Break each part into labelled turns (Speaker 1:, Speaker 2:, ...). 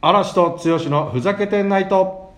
Speaker 1: 嵐と剛のふざけてんないと。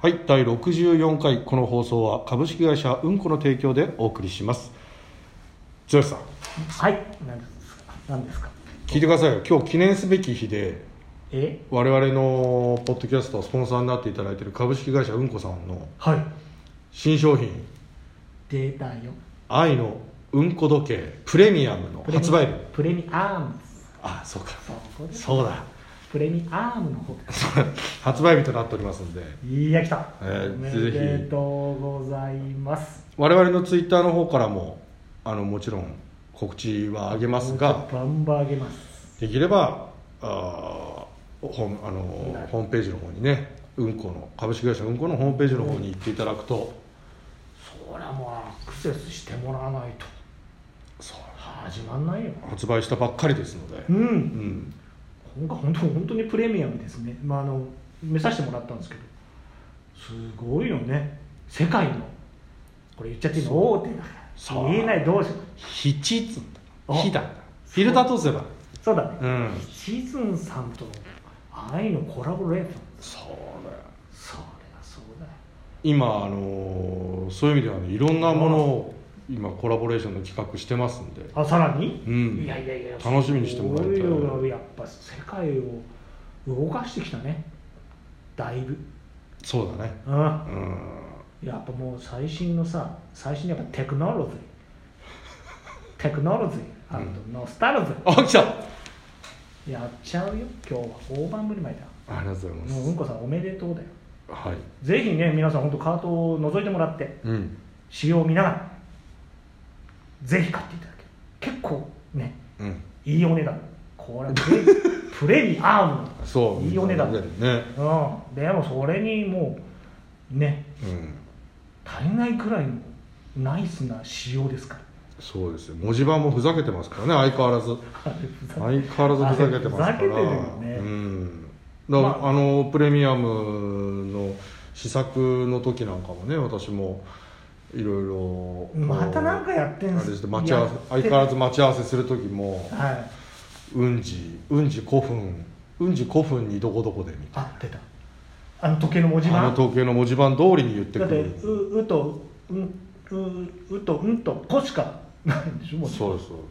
Speaker 1: はい、第64回この放送は株式会社うんこの提供でお送りします。剛さん、
Speaker 2: はい何ですか何ですか
Speaker 1: 聞いてくださいよ。今日記念すべき日で
Speaker 2: え
Speaker 1: 我々のポッドキャストスポンサーになっていただいている株式会社うんこさんの
Speaker 2: はい
Speaker 1: 新商品
Speaker 2: 出たよ
Speaker 1: 愛のうんこ時計プレミアムの発売日
Speaker 2: プレミアームです
Speaker 1: あそうか
Speaker 2: そうこです
Speaker 1: そうだ
Speaker 2: プレミアームの方
Speaker 1: 発売日となっておりますんで
Speaker 2: いや来た、
Speaker 1: えー
Speaker 2: おめ
Speaker 1: ぜひ
Speaker 2: でとうございます
Speaker 1: 我々のツイッターの方からもあのもちろん告知はあげます
Speaker 2: もう
Speaker 1: が
Speaker 2: ちょっとバンバン上げます
Speaker 1: できればあーほんあのホームページの方にねうんこの株式会社うんこのホームページの方に行っていただくと
Speaker 2: そりゃもうアクセスしてもらわないと
Speaker 1: そう
Speaker 2: 始まんないよ
Speaker 1: 発売したばっかりですので
Speaker 2: う
Speaker 1: うんん
Speaker 2: 今回本当本当にプレミアムですね、まあ、あの目指してもらったんですけどすごいよね世界のこれ言っちゃっていいの大手だか
Speaker 1: そ
Speaker 2: ら
Speaker 1: う
Speaker 2: 言えないどうしよう
Speaker 1: 「ひち」っつうんだ
Speaker 2: あ
Speaker 1: ひだフィルター通せば
Speaker 2: そうだね、
Speaker 1: うん
Speaker 2: シズンさんとの愛のコラボレーション
Speaker 1: そうだよ
Speaker 2: それはそうだよ
Speaker 1: 今あのーそういう意味ではねいろんなものを今コラボレーションの企画してますんで
Speaker 2: あさらに、
Speaker 1: うん
Speaker 2: いやいやいや
Speaker 1: 楽しみにしてもらいたい
Speaker 2: すごよやっぱ世界を動かしてきたねだいぶ
Speaker 1: そうだね
Speaker 2: うん
Speaker 1: うん
Speaker 2: やっぱもう最新のさ最新のやっぱテクノロジーテクノロジーあとノスタルジー、
Speaker 1: あ来た
Speaker 2: やっちゃうよ今日は大盤振る舞いだ
Speaker 1: ありがとうございます
Speaker 2: もううんこさんおめでとうだよ
Speaker 1: はい
Speaker 2: ぜひね皆さん本当カートを覗いてもらって
Speaker 1: うん
Speaker 2: 仕様を見ながらぜひ買っていただけ結構ね
Speaker 1: うん
Speaker 2: いいお値段これはプレプレミアム
Speaker 1: そう
Speaker 2: いいお値段
Speaker 1: ね
Speaker 2: うんでもそれにもうね
Speaker 1: うん
Speaker 2: 足りないくらいのナイスな仕様ですから
Speaker 1: そうですよ文字盤もふざけてますからね相変わらず相
Speaker 2: はい
Speaker 1: 変わらずふざけてますから
Speaker 2: ふざけてるよね
Speaker 1: うんだから、
Speaker 2: まあ
Speaker 1: あ、のプレミアムの試作の時なんかもね私もいろいろ
Speaker 2: またなんかやってん
Speaker 1: あれですね待ち合わせ相変わらず待ち合わせする時も
Speaker 2: はい
Speaker 1: うんじうんじ古墳うんじ古墳にどこどこでみた
Speaker 2: あ出たあの時計の文字
Speaker 1: いなあ
Speaker 2: 盤
Speaker 1: の時計の文字盤通りに言ってく
Speaker 2: だって
Speaker 1: る
Speaker 2: ううとうんううとうんとこしかないんでしょもちろん
Speaker 1: そうですそうで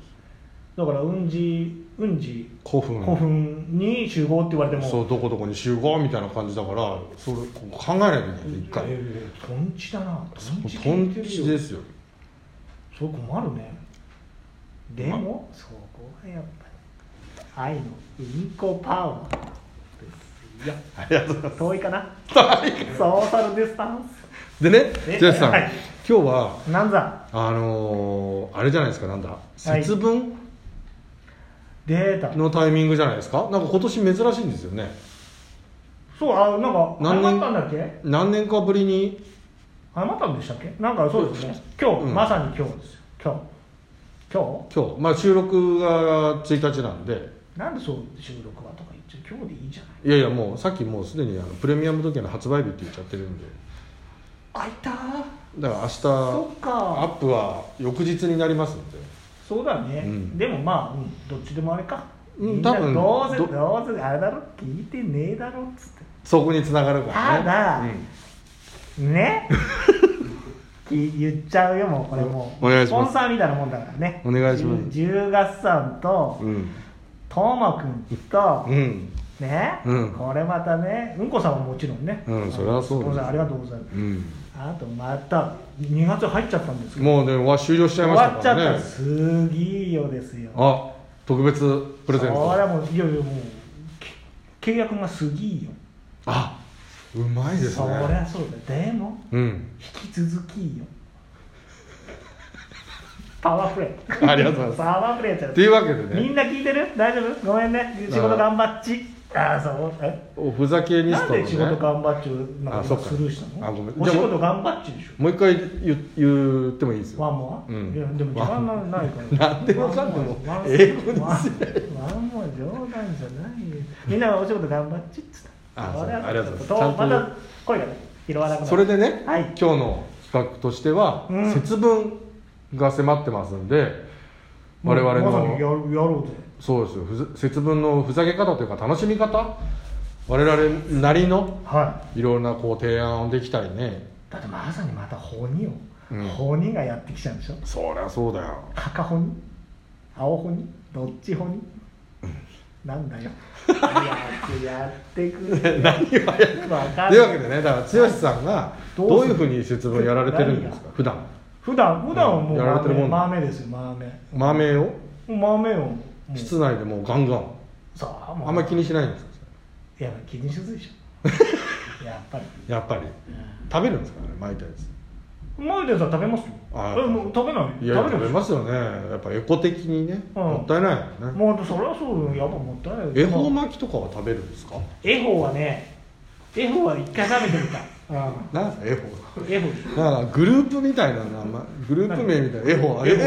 Speaker 2: だからうんじうんじ
Speaker 1: す古墳
Speaker 2: 古墳に集合って言われても
Speaker 1: そうどこどこに集合みたいな感じだからそれ考えないといけない一
Speaker 2: え
Speaker 1: 回
Speaker 2: ーとんちだなとんち
Speaker 1: とんち
Speaker 2: で
Speaker 1: ですよ
Speaker 2: そう困るねでも、そこはやっぱり愛のうんこパワーですよ
Speaker 1: ありがとうございま
Speaker 2: 遠いかなソーシャルディスタン
Speaker 1: すでね
Speaker 2: え
Speaker 1: ジェフさん、
Speaker 2: はい
Speaker 1: 今日は
Speaker 2: スなんざ
Speaker 1: あのーあれじゃないですかなんだ節分
Speaker 2: データ
Speaker 1: のタイミングじゃないですかなんか今年珍しいんですよね
Speaker 2: そうあなんか謝
Speaker 1: 何年
Speaker 2: ったんだっけ
Speaker 1: 何年かぶりに
Speaker 2: 謝ったんでしたっけなんかそうですね今日、
Speaker 1: うん
Speaker 2: まさに今日ですよ今日今
Speaker 1: 今日、まあ、収録が1日なんで
Speaker 2: 日なんでそう収録はとか言って今日でいいじゃない
Speaker 1: いやいやもうさっきもうすでにあのプレミアム時計の発売日って言っちゃってるんで
Speaker 2: あいたー
Speaker 1: だから明日
Speaker 2: そっ
Speaker 1: ア
Speaker 2: か
Speaker 1: ップは翌日になりますんで
Speaker 2: そうだね、
Speaker 1: うん
Speaker 2: でもまあ、うんどっちでもあれか、
Speaker 1: うん
Speaker 2: みな
Speaker 1: 多分
Speaker 2: どうせ
Speaker 1: ど
Speaker 2: どうせあれだろ聞いてねえだろっつって
Speaker 1: そこに繋がるからね
Speaker 2: ただ
Speaker 1: うん
Speaker 2: ねき言っちゃうよもうこれもう
Speaker 1: お願いします
Speaker 2: スポンサーみたいなもんだからね
Speaker 1: お願いします
Speaker 2: じゅ十月さんと
Speaker 1: うん
Speaker 2: ともくんと
Speaker 1: うん
Speaker 2: ね、
Speaker 1: うん
Speaker 2: これまたねうんこさんはもちろんね
Speaker 1: うんそれはそうです
Speaker 2: スポンサーありがとうございます
Speaker 1: うん
Speaker 2: あとまた2月入っちゃったんですけど
Speaker 1: もうねわ終了しちゃい
Speaker 2: 終
Speaker 1: まし
Speaker 2: わ
Speaker 1: た
Speaker 2: っちゃ
Speaker 1: か
Speaker 2: っ
Speaker 1: ら
Speaker 2: た
Speaker 1: ね
Speaker 2: すぎよですよ
Speaker 1: あ特別プレゼン
Speaker 2: それ
Speaker 1: ト
Speaker 2: はもういよいよもうけ契約が過ぎよ
Speaker 1: あうまいです
Speaker 2: そり
Speaker 1: ね
Speaker 2: ゃそうだよでも
Speaker 1: うん
Speaker 2: 引き続きよパワープレイ
Speaker 1: ありがとうござい
Speaker 2: パワープレイやっちゃう
Speaker 1: というわけで
Speaker 2: み
Speaker 1: ね
Speaker 2: んな聞いてる大丈夫ごめんね仕事頑張っちああそうえ
Speaker 1: おふざけリ
Speaker 2: な
Speaker 1: ス
Speaker 2: ん
Speaker 1: トの
Speaker 2: で仕事
Speaker 1: ね
Speaker 2: 頑張っちゅうなん
Speaker 1: あ
Speaker 2: か
Speaker 1: そ
Speaker 2: 今
Speaker 1: っか
Speaker 2: スルーしたの
Speaker 1: あごめん
Speaker 2: お
Speaker 1: じ
Speaker 2: 仕
Speaker 1: ゃあ
Speaker 2: 事頑張っちゅうでし
Speaker 1: もう一回言言ってもいいです
Speaker 2: ょ
Speaker 1: よ
Speaker 2: ワンモア、
Speaker 1: うん
Speaker 2: いやでも時間がないから
Speaker 1: なんでわかんないの
Speaker 2: ワンモア
Speaker 1: 英語です
Speaker 2: ワンワンモア冗談じゃないよみんなお仕事頑張っちっつった
Speaker 1: あそう
Speaker 2: 俺は
Speaker 1: ありがとうござい
Speaker 2: ちょ
Speaker 1: ま
Speaker 2: っ
Speaker 1: すち
Speaker 2: ま
Speaker 1: ゃんと
Speaker 2: た声がね拾わなくなる
Speaker 1: それでね
Speaker 2: はい
Speaker 1: 今日の企画としては、
Speaker 2: うん
Speaker 1: 節分が迫ってますんで我々
Speaker 2: まさに
Speaker 1: の
Speaker 2: やるやろうぜ
Speaker 1: そうですよふざ節分のふざけ方というか楽しみ方我々なりの
Speaker 2: はい
Speaker 1: ろんなこう提案をできたりね
Speaker 2: いだってまさにまた法人を、
Speaker 1: うん
Speaker 2: 法人がやってきちゃうんでしょ
Speaker 1: そりゃそうだよ
Speaker 2: 赤法人青法人どっち法人なんだよ早くやってく れ何を早く分か
Speaker 1: とい
Speaker 2: る
Speaker 1: うわけでねだから剛さんが
Speaker 2: どう
Speaker 1: どう
Speaker 2: する
Speaker 1: いうふうに節分やられてるんですか普段
Speaker 2: 普段普段はもう
Speaker 1: やられてるもん
Speaker 2: マーメイですよマーメイ
Speaker 1: 豆を
Speaker 2: もうマーメイをもう
Speaker 1: 室内でもうガンガン
Speaker 2: さあもう
Speaker 1: あんまり気にしないんですか
Speaker 2: いや気にしずいでし ょやっぱり
Speaker 1: やっぱり食べるんですかね巻いたやつ
Speaker 2: マーメイさん食べますよ
Speaker 1: あ
Speaker 2: えもう食べない
Speaker 1: いや食
Speaker 2: 食べ
Speaker 1: べ
Speaker 2: るでし
Speaker 1: ますよねやっぱエコ的にね、
Speaker 2: うん
Speaker 1: もったいないよ
Speaker 2: ょ
Speaker 1: ね
Speaker 2: もうそれはそうよやっぱもったいない
Speaker 1: 恵方巻きとかは食べるんですか
Speaker 2: 恵方はね恵方は一回食べてみた、うん
Speaker 1: なんすか恵方
Speaker 2: 恵方
Speaker 1: だからグループみたいな名前グループ名みたいな恵方あれ
Speaker 2: 恵方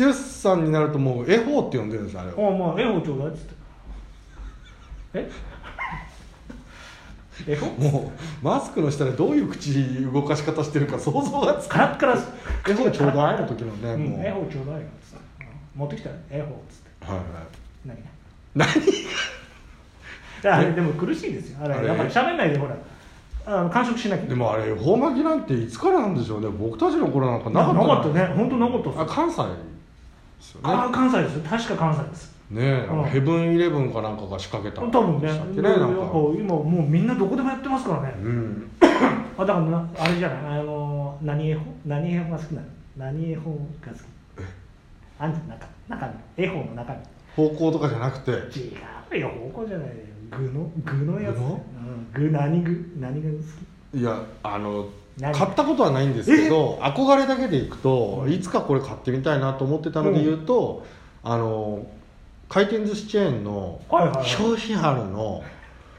Speaker 1: え剛さんになるともう恵方って呼んでるんですあれ を
Speaker 2: あまあ絵本ちょうだいっつってえ 絵本
Speaker 1: もうマスクの下でどういう口動かし方してるか想像がつか
Speaker 2: カラッカラ
Speaker 1: 絵本ちょうだいの時のね
Speaker 2: うん
Speaker 1: もう
Speaker 2: 絵本ちょうだいよっつって持ってきたら絵本っつって
Speaker 1: はいは
Speaker 2: 何が
Speaker 1: い何
Speaker 2: だあれでも苦しいですよあ
Speaker 1: あ
Speaker 2: れ
Speaker 1: れ
Speaker 2: やっぱり喋んないでほらあの完食しなきゃ
Speaker 1: でもあれ恵方巻きなんていつからなんでしょうね僕たちの頃なんかなかった
Speaker 2: なかったね本当なかったっす
Speaker 1: あ関西ですよね
Speaker 2: ああ関西です確か関西です
Speaker 1: ねえ、
Speaker 2: うん
Speaker 1: ヘブンイレブンかなんかが仕掛けた
Speaker 2: 多
Speaker 1: ん
Speaker 2: 分ね
Speaker 1: で
Speaker 2: や
Speaker 1: し
Speaker 2: ったぱ
Speaker 1: っけねなんか
Speaker 2: 今もうみんなどこでもやってますからね
Speaker 1: うん
Speaker 2: あだからなあれじゃないあの何絵本何絵本が好きなの何絵本が好きあんじゃん中中身絵本の中身
Speaker 1: 方向とかじゃなくて
Speaker 2: 違うよ方向じゃないよ具の具のやつ
Speaker 1: 具の
Speaker 2: うん、具何具何が好き
Speaker 1: いやあの
Speaker 2: 何
Speaker 1: 買ったことはないんですけど憧れだけでいくと、いつかこれ買ってみたいなと思ってたので言うと、あの回転寿司チェーンの
Speaker 2: はいはいはい
Speaker 1: 表紙春の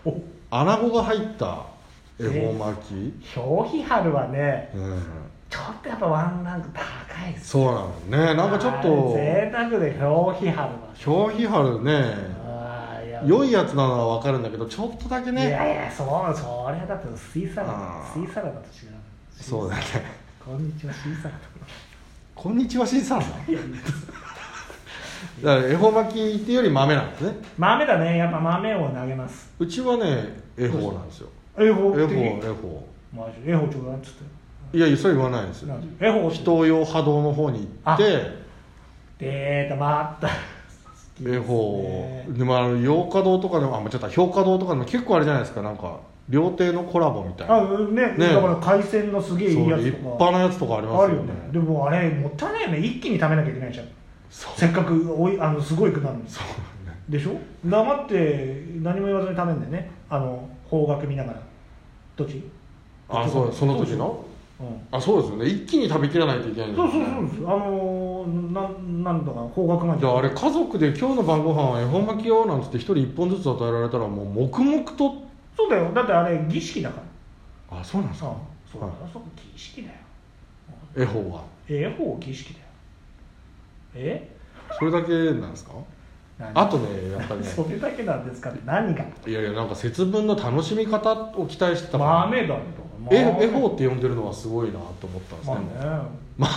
Speaker 2: お
Speaker 1: 穴子が入った恵方巻き、
Speaker 2: 表皮春はね
Speaker 1: うん、
Speaker 2: ちょっとやっぱワンランク高いです
Speaker 1: そうなのねなんかちょっ
Speaker 2: あれ贅沢で表皮春は
Speaker 1: と表皮春ね
Speaker 2: あーいや
Speaker 1: 良いやつなのは分かるんだけどちょっとだけ
Speaker 2: い
Speaker 1: ね
Speaker 2: やいやそうそれはだって薄いサラ
Speaker 1: あ
Speaker 2: ダ
Speaker 1: ー
Speaker 2: 薄いサラダと違う
Speaker 1: そうだね
Speaker 2: こんにちはシーサラ
Speaker 1: こんにちはしんさんだ
Speaker 2: ダいやいいです
Speaker 1: だから恵方巻きっていうより豆なんですね
Speaker 2: 豆だねやっぱ豆を投げます
Speaker 1: うちはね恵方なんですよ
Speaker 2: 絵
Speaker 1: 恵
Speaker 2: 本
Speaker 1: 方
Speaker 2: 的
Speaker 1: 恵方
Speaker 2: マジ絵本ちょうだいっつっ
Speaker 1: いやいやそれ言わないです
Speaker 2: て
Speaker 1: よ
Speaker 2: なんで絵本
Speaker 1: 人用波動の方に行って
Speaker 2: でーたまった
Speaker 1: 恵方まあ洋華堂とかでもあ間違った氷華堂とかでも結構あれじゃないですかなんか料亭のコラボみたいな
Speaker 2: あ
Speaker 1: そう
Speaker 2: ね
Speaker 1: ね
Speaker 2: だから海鮮のすげえいいや
Speaker 1: 立
Speaker 2: つと
Speaker 1: 派
Speaker 2: か
Speaker 1: なやつとかありますよ
Speaker 2: ある
Speaker 1: ね
Speaker 2: よねでもあれもったいないよね一気に食べなきゃいけないじゃん
Speaker 1: そう
Speaker 2: せっかくおいあのすごい具なのにでしょ黙って何も言わずに食べんだよねあの方角見ながらどっち
Speaker 1: あそうその時の
Speaker 2: うん
Speaker 1: あそうですよね一気に食べきらないといけないんです
Speaker 2: そ
Speaker 1: よ
Speaker 2: う
Speaker 1: ね
Speaker 2: そうそうですあのーなんなんだか方角まで
Speaker 1: じゃああれ家族で今日の晩ご飯は恵方巻きよなんつって一人一本ずつ与えられたらもう黙々と
Speaker 2: そうだよだってあれ儀式だから
Speaker 1: あそうなんです
Speaker 2: さ
Speaker 1: か
Speaker 2: あそうだ
Speaker 1: はい
Speaker 2: よそこ儀式だよ
Speaker 1: 恵方は
Speaker 2: 絵本儀式だよえ
Speaker 1: それだけなんですか
Speaker 2: 何
Speaker 1: あとねやっぱりね
Speaker 2: それだけなんですかって何が
Speaker 1: いやいやなんか節分の楽しみ方を期待してたから
Speaker 2: 豆だよ
Speaker 1: え恵方って呼んでるのはすごいなと思ったんです
Speaker 2: まあ
Speaker 1: ね
Speaker 2: ね、
Speaker 1: ま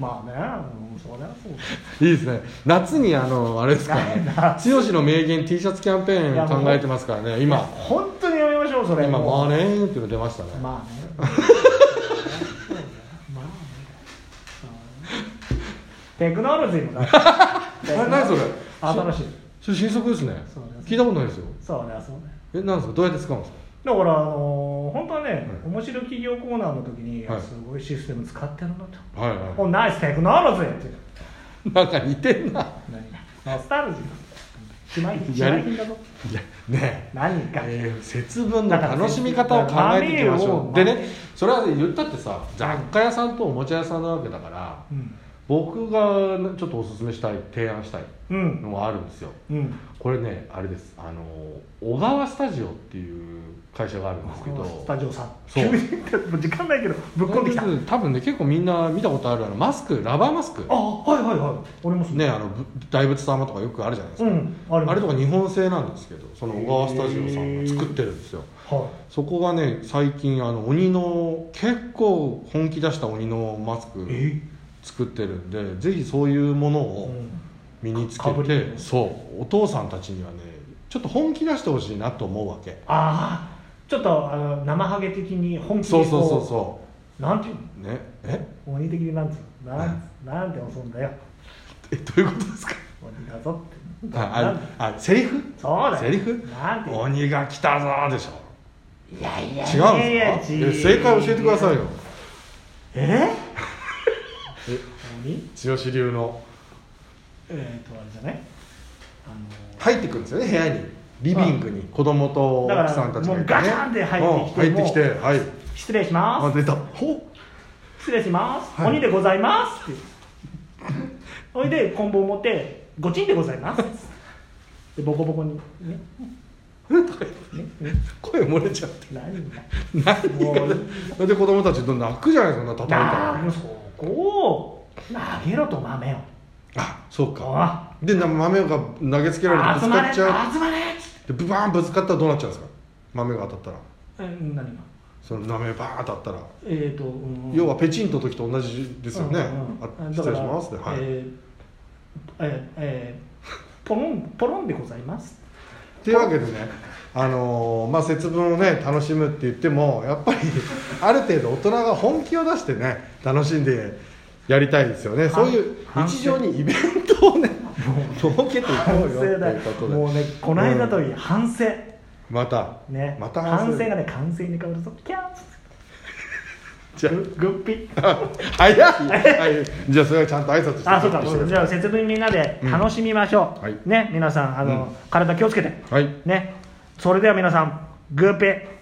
Speaker 2: まあねうんそりゃそうだ
Speaker 1: いいですね夏にあのあれですからね剛の名言 T シャツキャンペーン考えてますからね今
Speaker 2: 本当にやめましょうそれ
Speaker 1: 今「
Speaker 2: も
Speaker 1: マネー」っていうの出ましたね
Speaker 2: うまあねまあねテクノロジーもだ
Speaker 1: え何それ
Speaker 2: 新しい
Speaker 1: それ新作ですね
Speaker 2: そうです
Speaker 1: 聞いたことないですよ
Speaker 2: そうねそうね
Speaker 1: えなんですかどうやって使うんですか
Speaker 2: だからあのー本当はね、
Speaker 1: う
Speaker 2: 面白い企業コーナーの時に、
Speaker 1: はい
Speaker 2: すごいシステム使ってるなと、
Speaker 1: はいはい
Speaker 2: おナイステクノロジーって
Speaker 1: なんか似てんな
Speaker 2: ノスタルジーだ姉妹
Speaker 1: や
Speaker 2: 姉
Speaker 1: り
Speaker 2: 妹品だぞ
Speaker 1: いやね
Speaker 2: 何か、
Speaker 1: えー節分の楽しみ方を考えていきましょう
Speaker 2: だから
Speaker 1: で
Speaker 2: 豆を
Speaker 1: ねそれは言ったってさ雑貨屋さんとおもちゃ屋さんなわけだから
Speaker 2: うん
Speaker 1: 僕がちょっとおすすめしたい提案したい
Speaker 2: うん
Speaker 1: のがあるんですよ
Speaker 2: うん
Speaker 1: これねあれですあの小川スタジオっていう会社があるんですけど
Speaker 2: スタジオさん
Speaker 1: そう
Speaker 2: 急にもう時間ないけどぶっこんできたあ
Speaker 1: 多分ね結構みんな見たことあるあのマスクラバーマスク
Speaker 2: はいはいはい俺もそう
Speaker 1: ねあのぶ大仏様とかよくあるじゃないです
Speaker 2: う
Speaker 1: か、
Speaker 2: んあれ
Speaker 1: あれとか日本製なんですけどその小川スタジオさんが作ってるんですよ
Speaker 2: は
Speaker 1: そこがね最近あの鬼の結構本気出した鬼のマス
Speaker 2: い
Speaker 1: ク
Speaker 2: え
Speaker 1: 作ってるんでぜひそういうもの
Speaker 2: う
Speaker 1: を
Speaker 2: ん
Speaker 1: 身につ
Speaker 2: か
Speaker 1: け
Speaker 2: ぶ
Speaker 1: て
Speaker 2: り
Speaker 1: そうお父さんたちにはねちょっと本気出してほしいなと思うわけ
Speaker 2: ああちょっとあの生ハゲ的に本気で
Speaker 1: そ
Speaker 2: こ
Speaker 1: うそうそうそ
Speaker 2: なんていう
Speaker 1: うねえ
Speaker 2: の鬼的になんつうのなんなんて襲うんだよ
Speaker 1: えどういうことですか
Speaker 2: 鬼だぞって
Speaker 1: あああセリフ
Speaker 2: そうだよ
Speaker 1: セリフ
Speaker 2: なんて
Speaker 1: 鬼が来たぞーでしょ
Speaker 2: いやい
Speaker 1: 違うんで
Speaker 2: や
Speaker 1: すか
Speaker 2: い
Speaker 1: い
Speaker 2: や
Speaker 1: や正解教えてくださいよ
Speaker 2: え
Speaker 1: え
Speaker 2: 鬼
Speaker 1: 剛流の
Speaker 2: えーとあれじゃないあ
Speaker 1: 入ってくるんですよね部屋にリビングに子供と
Speaker 2: だから
Speaker 1: 奥さんたちがいて、ね、
Speaker 2: もうガチャンって入ってきて
Speaker 1: うん入ってきてはい
Speaker 2: の失礼しま
Speaker 1: あ
Speaker 2: す
Speaker 1: 出たほ
Speaker 2: 失礼します、
Speaker 1: はい
Speaker 2: 鬼でございますってそれで棍棒を持ってゴチンでござ いますでボコボコにね
Speaker 1: 声漏れちゃって
Speaker 2: 何
Speaker 1: 何が
Speaker 2: も
Speaker 1: それで子供たちどんどん泣くじゃないですかそんな叩いた
Speaker 2: な
Speaker 1: ら
Speaker 2: あそこを投げろと豆を
Speaker 1: あそうか
Speaker 2: あ
Speaker 1: でな豆が投げつけられてぶつ
Speaker 2: 集ま
Speaker 1: か
Speaker 2: れ
Speaker 1: っ
Speaker 2: 集
Speaker 1: ちゃう
Speaker 2: まれ
Speaker 1: でブバーンぶつかったらどうなっちゃうんですか豆が当たったら
Speaker 2: うん何が
Speaker 1: その豆バーン当たったら
Speaker 2: えーとうん
Speaker 1: 要はペチンと時と同じですよね、
Speaker 2: うんう
Speaker 1: あ
Speaker 2: ん
Speaker 1: 失礼しますで、
Speaker 2: だから
Speaker 1: はい、
Speaker 2: えーえーえーポロンポロンでございます
Speaker 1: っていうわけでね、あのーまあ、節分をね楽しむって言ってもやっぱり ある程度大人が本気を出してね楽しんでやりたいですよね
Speaker 2: 反
Speaker 1: そういう
Speaker 2: 反省
Speaker 1: 日常にイベントをね設けていこ
Speaker 2: 反
Speaker 1: うよって
Speaker 2: 省だ
Speaker 1: いう
Speaker 2: よ
Speaker 1: ことで
Speaker 2: もうねこの間といい反省
Speaker 1: また
Speaker 2: ね
Speaker 1: また
Speaker 2: 反
Speaker 1: 反省
Speaker 2: 省がね完成に変わるぞキャー
Speaker 1: じゃ
Speaker 2: ググッピ
Speaker 1: あ早い、はい、じゃあそれはちゃんと挨拶して
Speaker 2: あそうか
Speaker 1: ちゃんとして
Speaker 2: じゃあ節分みんなで楽しみましょう、
Speaker 1: うんはい
Speaker 2: ね皆さんあの、
Speaker 1: うん
Speaker 2: 体気をつけて
Speaker 1: はい
Speaker 2: ねそれでは皆さんグッピ